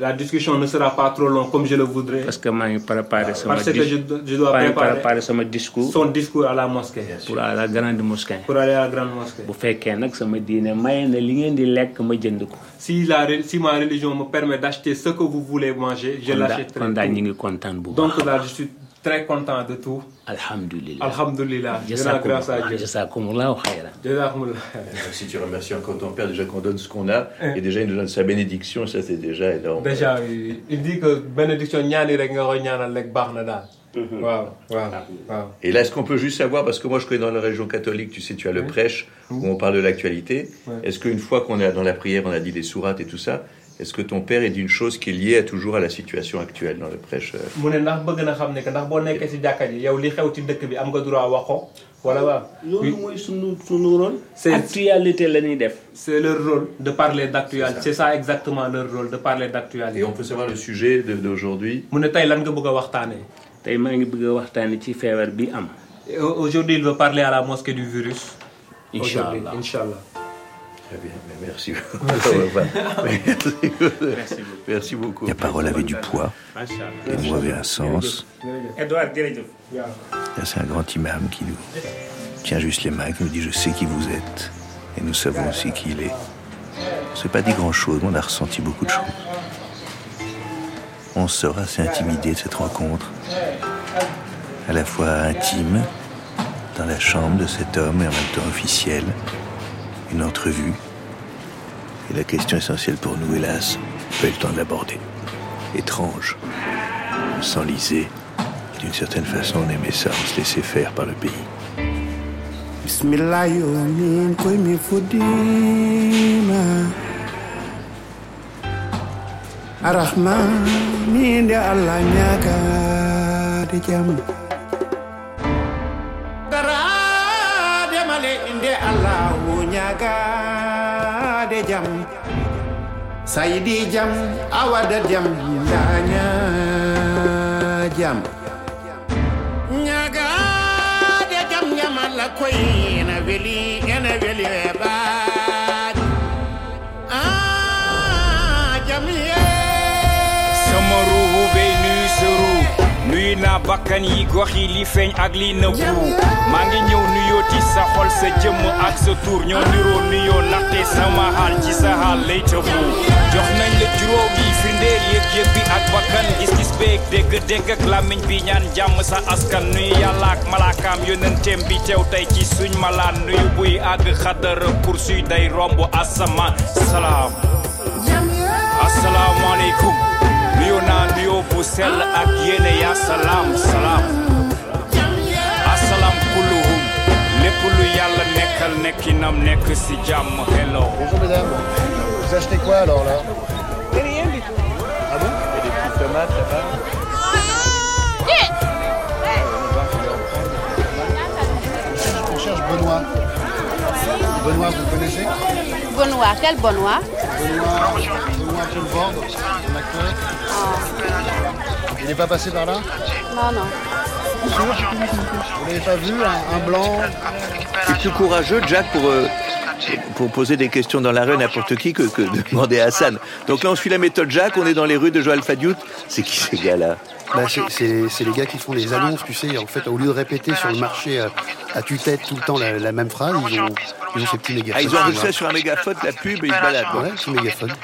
S8: la discussion ne sera pas trop longue comme je le voudrais,
S11: parce que maa ngi préparé sama.
S8: parce que je,
S11: dis-
S8: je dois
S11: maa ngi
S8: préparer
S11: préparé sama discours.
S8: son discours à la mosquée,
S11: pour à la grande mosquée.
S8: pour aller à la grande mosquée.
S11: bu fekkee nag sama diine maye na li ngeen di lekk ma jënd ko.
S8: Si, la, re- si ma religion me permet d'acheter ce que vous voulez manger, je
S11: kon daa-
S8: l'achèterai.
S11: kon daal ñu ngi kontaan bu baax.
S8: Donc là, je suis très content de tout.
S11: alhamdulilah.
S8: Alhamdulillah, je rends grâce à Dieu.
S11: Jazakumullahu khayran.
S8: Jazakumullah.
S5: Euh,
S1: Si tu remercies encore ton père, déjà qu'on donne ce qu'on a, et déjà il nous donne sa bénédiction, ça c'est déjà énorme.
S8: Eh. Déjà, il il dit que bénédiction ñaani rek nga ko ñaanal rek baax na daal.
S1: Mhm.
S8: Waaw, waaw,
S1: Ah,
S8: waaw.
S1: Et là, est-ce qu'on peut juste savoir, parce que moi je connais dans la région catholique, tu sais, tu as le
S8: Oui.
S1: prêche, où on parle de l'actualité,
S8: Ouais.
S1: est-ce qu'une fois qu'on est dans la prière, on a dit les sourates et tout ça, est-ce que ton père est d'une chose qui est liée à- toujours à la situation actuelle dans le prêche euh,
S8: mu ne ndax bëgg na xam ne que ndax boo nekkee si jàkka ji yow li xew ci dëkk bi am nga droit wax ko wala waaw.
S11: loolu mooy sunu sunu rôle.
S8: C'est-
S11: actualité la ñuy def.
S8: c'est leur rôle de parler d'actualité c'est ça exactement leur rôle de parler d'actualité.
S1: Et on peut savoir le sujet de- d'aujourd'hui
S8: mu ne tey lan nga bëgg a waxtaanee.
S11: tey maa ngi bëgg a waxtaanee ci feebar bi am.
S8: Et au- aujourd'hui il veut parler à la mosquée du virus.
S11: Inch'Allah.
S8: Aujourd'hui, Inch'Allah.
S1: Très bien, mais merci. Merci. merci beaucoup. Ah, Merci beaucoup.
S6: La parole avait du poids, les mots avaient un sens.
S11: Edouard jërëjëf.
S6: Là, c'est un grand imam qui nous tient juste les mains, et qui nous dit Je sais qui vous êtes, et nous savons aussi qui il est. On s'est pas dit grand-chose, mais on a ressenti beaucoup de choses. On sort assez intimidé de cette rencontre, à la fois intime, dans la chambre de cet homme, et en même temps officielle, une entrevue. Et la question essentielle pour nous, hélas, on n'a pas eu le temps de l'aborder. Étrange. On s'enlisait. D'une certaine façon, on aimait ça, on se laissait faire par le pays.
S10: Bismillah yo min koy mi fudima Arrahman min de Ya Allah nyaka de jam Dara de male inde Allah wo nyaka de jam Saidi jam awada jam danya jam Nyaga de jam nyaman la koy na veli ena veli e bad. Ah, jam
S20: sama ruubu bay nuyu sa ruu nuyu naa bakkan yi gox yi li feeñ ak li nëbbu maa ngi ñëw nuyoo ci sa xol sa jëmm ak sa tuur ñoo niroo nuyoo ndaxte sama xaal ci sa xaal lay tëbu jox nañ la juróom yi firndeel yëg-yëg bi ak bakkan gis-gis beeg dégg-dégg ak làmmiñ bi ñaan jàmm sa askan nuyu yàlla ak malaakaam yónnenteem bi teew tey ci suñ malaan nuyu buy àgg xadara poursuy day romb asamaan salaam asalaamaaleykum nuyoo naa nuyoo bu sell ak yéene yaa salaam salaam asalaam kulluhum lépp lu yàlla nekkal nekkinam nekk si jàmm hello
S21: Bonjour mesdames. Vous achetez quoi alors là
S10: Rien du tout.
S21: Ah bon Et des petites tomates là-bas On cherche Benoît. Benoît, vous connaissez
S22: Benoît, quel Benoît
S21: Benoît, Benoît Poulvord, un acteur. Il n'est pas passé par là
S22: Non, non.
S21: Vous l'avez pas vu un, un blanc
S6: C'est plus courageux, Jack, pour, euh, pour poser des questions dans la rue à n'importe qui que, que de demander à Hassan. Donc là, on suit la méthode Jack, on est dans les rues de Joël Fadiout. C'est qui ces gars-là
S9: Bah, c'est- c'est c'est les gars qui font les annonces, tu sais. En fait, au lieu de répéter sur le marché à, à tue-tête tout le temps la, la même phrase, ils ont, ils ont ces petits mégaphones.
S6: Ah, ils ont enregistré sur un mégaphone la pub et ils se baladent.
S9: Ouais, petit mégaphone.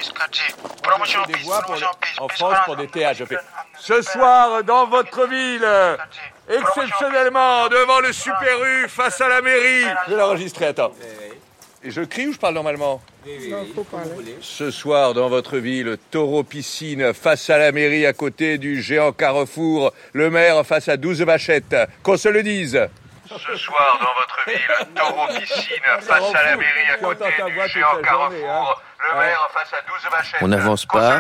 S5: Promotion des voix pour les- en France pour des théâtres. Je fais ce soir dans votre ville, exceptionnellement devant le Super U face à la mairie.
S1: Je vais l'enregistrer, attends. Et je crie ou je parle normalement Ce soir, dans votre ville, taureau piscine, face à la mairie, à côté du géant carrefour, le maire face à 12 vachettes. Qu'on se le dise
S11: Ce soir, dans votre ville, Taureau Piscine, face à la mairie à côté du géant Carrefour, le maire face à 12 vachettes.
S6: On n'avance pas.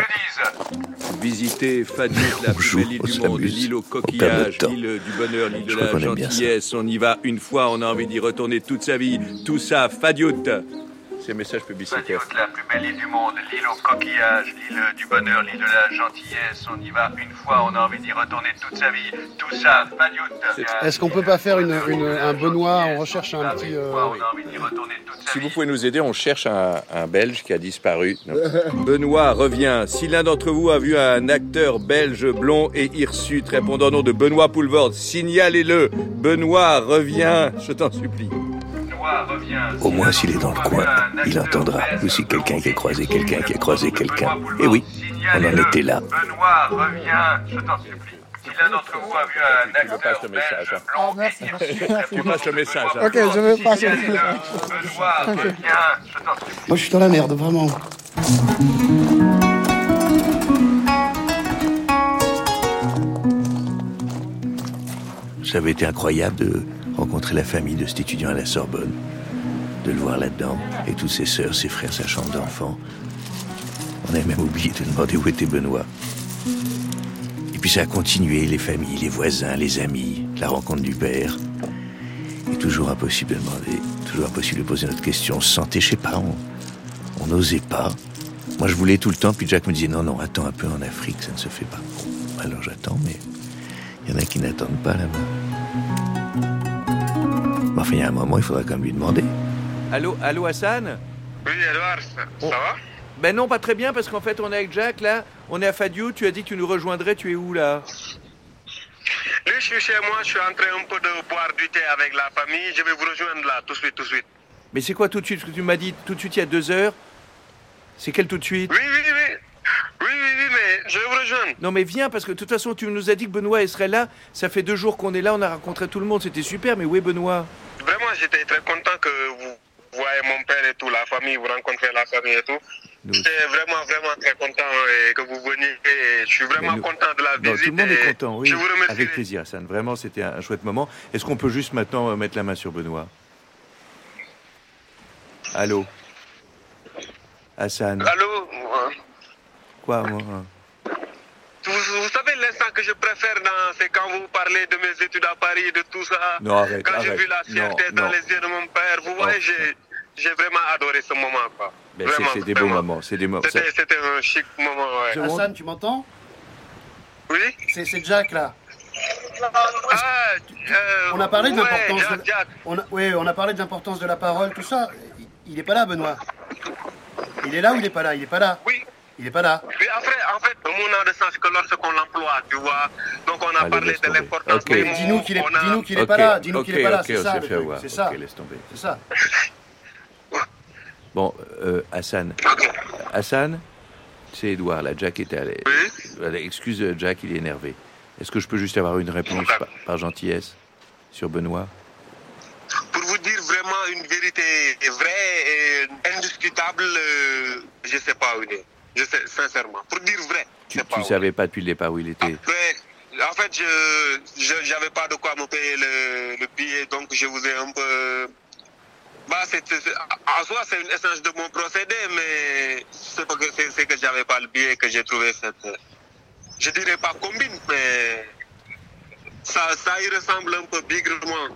S1: Visiter Fadus, la plus belle île
S6: on
S1: du monde,
S6: s'amuse,
S1: l'île aux
S6: on perd le
S1: coquillages,
S6: temps.
S1: l'île du bonheur, l'île de
S6: crois
S1: la
S6: qu'on aime bien ça.
S1: gentillesse. On y va une fois, on a envie d'y retourner toute sa vie. Tout ça, Fadiout. C'est un message publicitaire.
S11: La plus belle île du monde, l'île aux coquillages, l'île du bonheur, l'île de la gentillesse. On y va une fois, on a envie d'y retourner toute sa vie. Tout ça, Fadiout.
S9: Est-ce qu'on peut pas faire une, une- un Benoît On recherche un petit. euh,
S1: Si vous pouvez nous aider, on cherche un, un Belge qui a disparu. Non. Benoît revient. Si l'un d'entre vous a vu un acteur belge blond et hirsute répondant au nom de Benoît Poulvord, signalez-le. Benoît revient, je t'en supplie.
S6: Au moins, s'il est dans le coin, il entendra. Ou si quelqu'un qui a croisé quelqu'un qui a croisé quelqu'un. Et oui, on en était là.
S11: Benoît, reviens, je t'en supplie. Si l'un d'entre vous a vu un acteur belge blond
S3: merci,
S11: et
S3: merci,
S11: hirsute
S3: merci.
S11: répondant
S1: Tu passes le message. hein.
S3: Ok, je vais passer.
S11: Benoît,
S3: Ok.
S11: reviens, je t'en
S23: Moi, je suis dans la merde, vraiment.
S6: Ça avait été incroyable de rencontrer la famille de cet étudiant à la Sorbonne, de le voir là-dedans, et toutes ses sœurs, ses frères, sa chambre d'enfant. On avait même oublié de demander où était Benoît. Et puis ça a continué, les familles, les voisins, les amis, la rencontre du père. Et toujours impossible de demander, toujours impossible de poser notre question. On se sentait, je sais pas, on- on n'osait pas. Moi, je voulais tout le temps, puis Jack me disait non, non, attends un peu en Afrique, ça ne se fait pas. Alors j'attends, mais il y en a qui n'attendent pas là-bas. Bon, Enfin, il y a un moment, il faudra quand même lui demander.
S1: Allô, allô Hassan Oui, allô ça va Ben non, pas très bien, parce qu'en fait, on est avec Jack, là. On est à Fadiou, tu as dit que tu nous rejoindrais, tu es où, là
S11: supplie. Je suis chez moi, je suis en train un peu de boire du thé avec la famille. Je vais vous rejoindre là, tout de suite, tout de suite.
S1: Mais c'est quoi tout de suite ce que tu m'as dit tout de suite il y a deux heures C'est quel tout de suite
S11: Oui, oui, oui. Oui, oui, oui, mais je vais vous rejoindre.
S1: Non mais viens, parce que de toute façon, tu nous as dit que Benoît il serait là. Ça fait deux jours qu'on est là, on a rencontré tout le monde, c'était super, mais où est Benoît
S11: Vraiment, j'étais très content que vous voyez mon père et tout, la famille, vous rencontrez la famille et tout. J'étais vraiment, vraiment très content euh, que vous veniez. et Je suis vraiment content de la
S1: Non,
S11: visite.
S1: tout le monde est
S11: et
S1: content, oui.
S11: Je vous remercie.
S1: Avec plaisir, Hassan. Vraiment, c'était un un chouette moment. Est-ce qu'on peut juste maintenant euh, mettre la main sur Benoît Allô Hassan
S11: Allô euh,
S1: Quoi, moi
S11: vous, vous savez, l'instant que je préfère, dans- c'est quand vous parlez de mes études à Paris, de tout ça.
S1: Non, arrête,
S11: Ah, quand j'ai
S1: arrête.
S11: vu la fierté
S1: Non,
S11: dans
S1: non.
S11: les yeux de mon père, vous voyez, j'ai- j'ai vraiment adoré ce moment. quoi.
S1: Ben, c'est-
S11: vraiment,
S1: C'est des beaux moments, c'est des moments. ça-
S11: c'était c'était un chic moment. Ouais.
S9: Hassan, tu m'entends
S11: Oui
S9: C'est c'est Jack là.
S11: Euh,
S9: on a parlé de l'importance. de la- On a, ouais, on a parlé de l'importance de la parole, tout ça. Il- Il est pas là, Benoît. Il est là ou il est pas là Il est pas là.
S11: Oui.
S9: Il est pas là.
S11: Puis après, en fait, le mot n'a de sens que lorsqu'on l'emploie, tu vois. Donc on a parlé de l'importance
S1: Ok.
S11: des mots.
S9: Dis-nous qu'il est,
S11: on a-
S9: dis-nous qu'il est
S1: Ok,
S9: pas là. Dis-nous qu'il est
S1: ok,
S9: pas là.
S1: ok,
S9: C'est
S1: on
S9: ça,
S1: s'est
S9: le
S1: fait
S9: truc,
S1: avoir.
S9: c'est ça.
S1: Ok, laisse tomber.
S9: C'est ça.
S1: Bon, euh, Hassan. Hassan, c'est Edouard, là. Jack était allé. Voilà, Excuse euh, Jack, il est énervé. Est-ce que je peux juste avoir une réponse par, par gentillesse sur Benoît
S11: Pour vous dire vraiment une vérité vraie et indiscutable, euh, je sais pas où il est. Je sais, sincèrement. Pour dire vrai, je sais pas
S1: Tu
S11: où.
S1: savais pas depuis le départ où il était.
S11: Ouais, en fait, je je- j'avais pas de quoi me payer le, le billet, donc je vous ai un peu. Bah, c'est, c'est- en soi, c'est une essence de mon procédé, mais c'est pas que c'est, c'est que j'avais pas le billet que j'ai trouvé cette. Je dirais pas combine, mais ça, ça y ressemble un peu bigrement.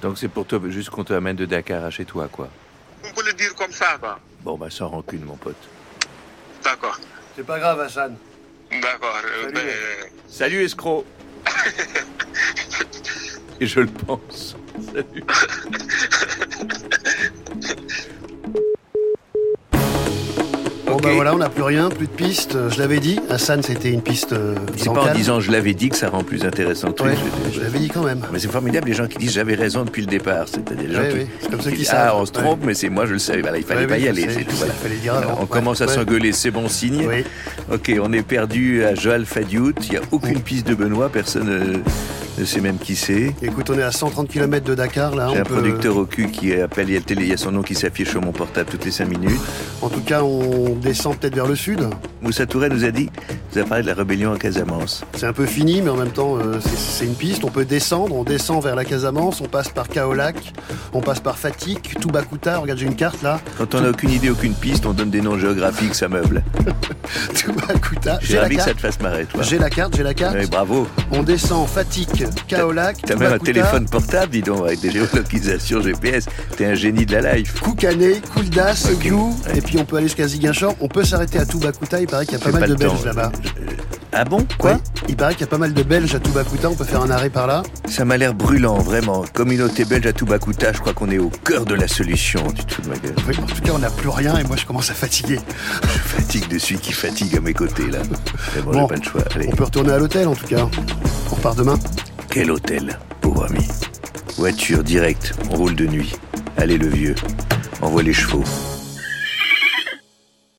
S1: Donc c'est pour toi juste qu'on te amène de Dakar à chez toi, quoi.
S11: On peut le dire comme ça, quoi.
S1: Bon, bah sans rancune, mon pote.
S11: D'accord.
S9: C'est pas grave, Hassan.
S11: D'accord. euh, ben,
S1: Salut, escroc Et je le pense. Salut
S9: Bon bah voilà, on n'a plus rien, plus de piste. Euh, Je l'avais dit, Hassan, c'était une piste euh,
S6: C'est
S9: sans
S6: pas en
S9: calme.
S6: disant je l'avais dit que ça rend plus intéressant le truc.
S9: Ouais,
S6: je-
S9: je l'avais dit quand même.
S6: Mais c'est formidable les gens qui disent j'avais raison depuis le départ. C'est-à-dire les gens
S9: Ouais,
S6: qui,
S9: ouais, c'est comme ceux qui
S6: disent
S9: savent.
S6: ah on se
S9: Ouais.
S6: trompe mais c'est moi je le savais. Voilà, il fallait
S9: Ouais,
S6: pas
S9: oui,
S6: y
S9: je
S6: aller.
S9: sais,
S6: c'est
S9: je
S6: tout.
S9: sais,
S6: Voilà.
S9: il fallait le dire
S6: Voilà,
S9: avant.
S6: on commence à
S9: Ouais.
S6: s'engueuler, c'est bon signe. Ok, on est perdu à Joal Fadiout. Il n'y a aucune piste de Benoît. Personne euh, ne sait même qui c'est.
S9: Écoute, on est à 130 km de Dakar, là.
S6: J'ai
S9: Ah, on
S6: un
S9: peut-
S6: producteur au cul qui appelle, il y a le télé, il y a son nom qui s'affiche sur mon portable toutes les 5 minutes.
S9: En tout cas, on descend peut-être vers le sud.
S6: Moussa Touré nous a dit vous avez parlé de la rébellion à Casamance.
S9: C'est un peu fini, mais en même temps, euh, c'est- c'est une piste. On peut descendre, on descend vers la Casamance, on passe par Kaolac, on passe par Fatik, Toubacouta. Regarde, j'ai une carte là.
S6: Quand on n'a aucune idée, aucune piste, on donne des noms géographiques, ça meuble.
S9: Toubacouta.
S6: Je
S9: J'ai
S6: suis
S9: la
S6: ravi que ça
S9: carte.
S6: te fasse marrer, toi.
S9: J'ai la carte, j'ai la carte.
S6: Oui, bravo.
S9: On descend Fatik, Kaolac.
S6: T'as même un
S9: Toubacouta,
S6: téléphone portable, dis donc, avec des géolocalisations GPS. T'es un génie de la life.
S9: Koukané, Koulda, Segou, et puis on peut aller jusqu'à Ziguinchor. On peut s'arrêter à Toubacouta, il paraît qu'il y a pas
S6: J'ai
S9: mal
S6: pas
S9: de
S6: le temps. euh,
S9: Belges là-bas.
S6: Ah bon Quoi
S9: Il paraît qu'il y a pas mal de Belges à Toubacouta, on peut faire un arrêt par là.
S6: Ça m'a l'air brûlant, vraiment. Communauté belge à Toubacouta, je crois qu'on est au cœur de la solution, du tout de ma gueule.
S9: Oui, en tout cas, on n'a plus rien et moi je commence à fatiguer.
S6: Je fatigue de celui qui fatigue à mes côtés, là. Mais bon,
S9: Bon.
S6: j'ai pas le choix. Allez,
S9: On peut retourner à l'hôtel en tout cas. On repart demain.
S6: quel hôtel, pauvre ami. Voiture directe, on roule de nuit. Allez, le vieux, envoie les chevaux.